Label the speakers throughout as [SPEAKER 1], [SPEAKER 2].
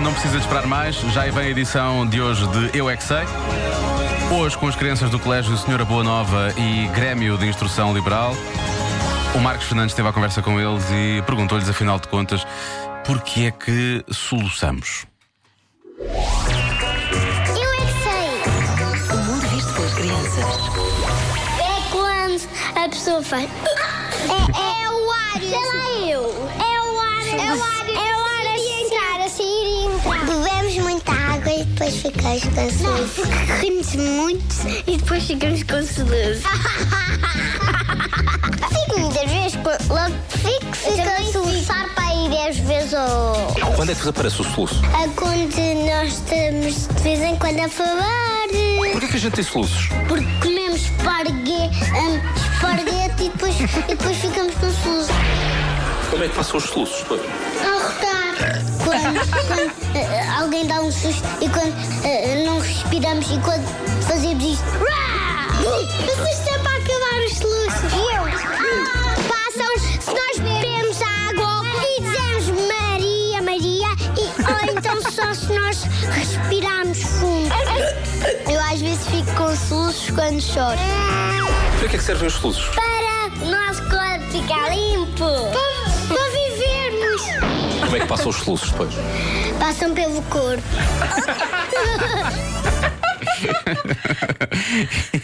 [SPEAKER 1] não precisa de esperar mais, já aí vem a edição de hoje de Eu É Que Sei. Hoje com as crianças do Colégio Senhora Boa Nova e Grêmio de Instrução Liberal. O Marcos Fernandes teve a conversa com eles e perguntou-lhes, afinal de contas, por que é que soluçamos?
[SPEAKER 2] Eu é que sei!
[SPEAKER 3] O mundo visto pelas crianças.
[SPEAKER 2] É quando a pessoa faz. É, é o ar. Sei lá eu. É o ar. É o ar. É o ar a entrar, a sair e entrar. Bebemos muita água e depois ficamos cansados. Não, porque rimos muito e depois ficamos cansados. Fico muitas vezes com- logo fico ficando a soluçar para ir 10 vezes ao.
[SPEAKER 4] Quando é que vos aparece o soluço?
[SPEAKER 2] a quando nós estamos de vez em quando a falar.
[SPEAKER 4] Porquê que a gente tem soluços?
[SPEAKER 2] Porque comemos espargue- hum, esparguete e depois, e depois ficamos com soluço
[SPEAKER 4] Como é que passam os soluços? pô?
[SPEAKER 2] a rotar. Quando, quando, eh, alguém dá um susto e quando eh, não respiramos e quando fazemos isto. Vocês estão é para acabar os soluços. Eu? Passam se nós bebemos água e dizemos Maria, Maria, e, ou então só se nós respirarmos fundo. Eu às vezes fico com soluços quando choro.
[SPEAKER 4] Para que é que servem os soluços?
[SPEAKER 2] Para o nosso corpo ficar limpo. Para, vivermos.
[SPEAKER 4] Como é que passam os soluços depois?
[SPEAKER 2] Passam pelo corpo.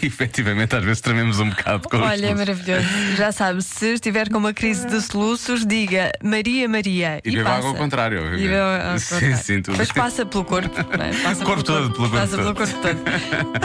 [SPEAKER 1] Efetivamente, às vezes trememos um bocado com os
[SPEAKER 5] Olha, é
[SPEAKER 1] soluços.
[SPEAKER 5] maravilhoso. Já sabe, se estiver com uma crise de soluços, diga Maria, Maria.
[SPEAKER 1] E
[SPEAKER 5] E,
[SPEAKER 1] beba
[SPEAKER 5] passa.
[SPEAKER 1] água ao contrário,
[SPEAKER 5] E
[SPEAKER 1] obviamente.
[SPEAKER 5] beba ao
[SPEAKER 1] Sim,
[SPEAKER 5] contrário.
[SPEAKER 1] sim, tudo
[SPEAKER 5] Mas
[SPEAKER 1] bem.
[SPEAKER 5] passa pelo corpo. não é? Passa
[SPEAKER 1] Corpo todo, pelo corpo
[SPEAKER 5] passa
[SPEAKER 1] todo.
[SPEAKER 5] pelo corpo todo.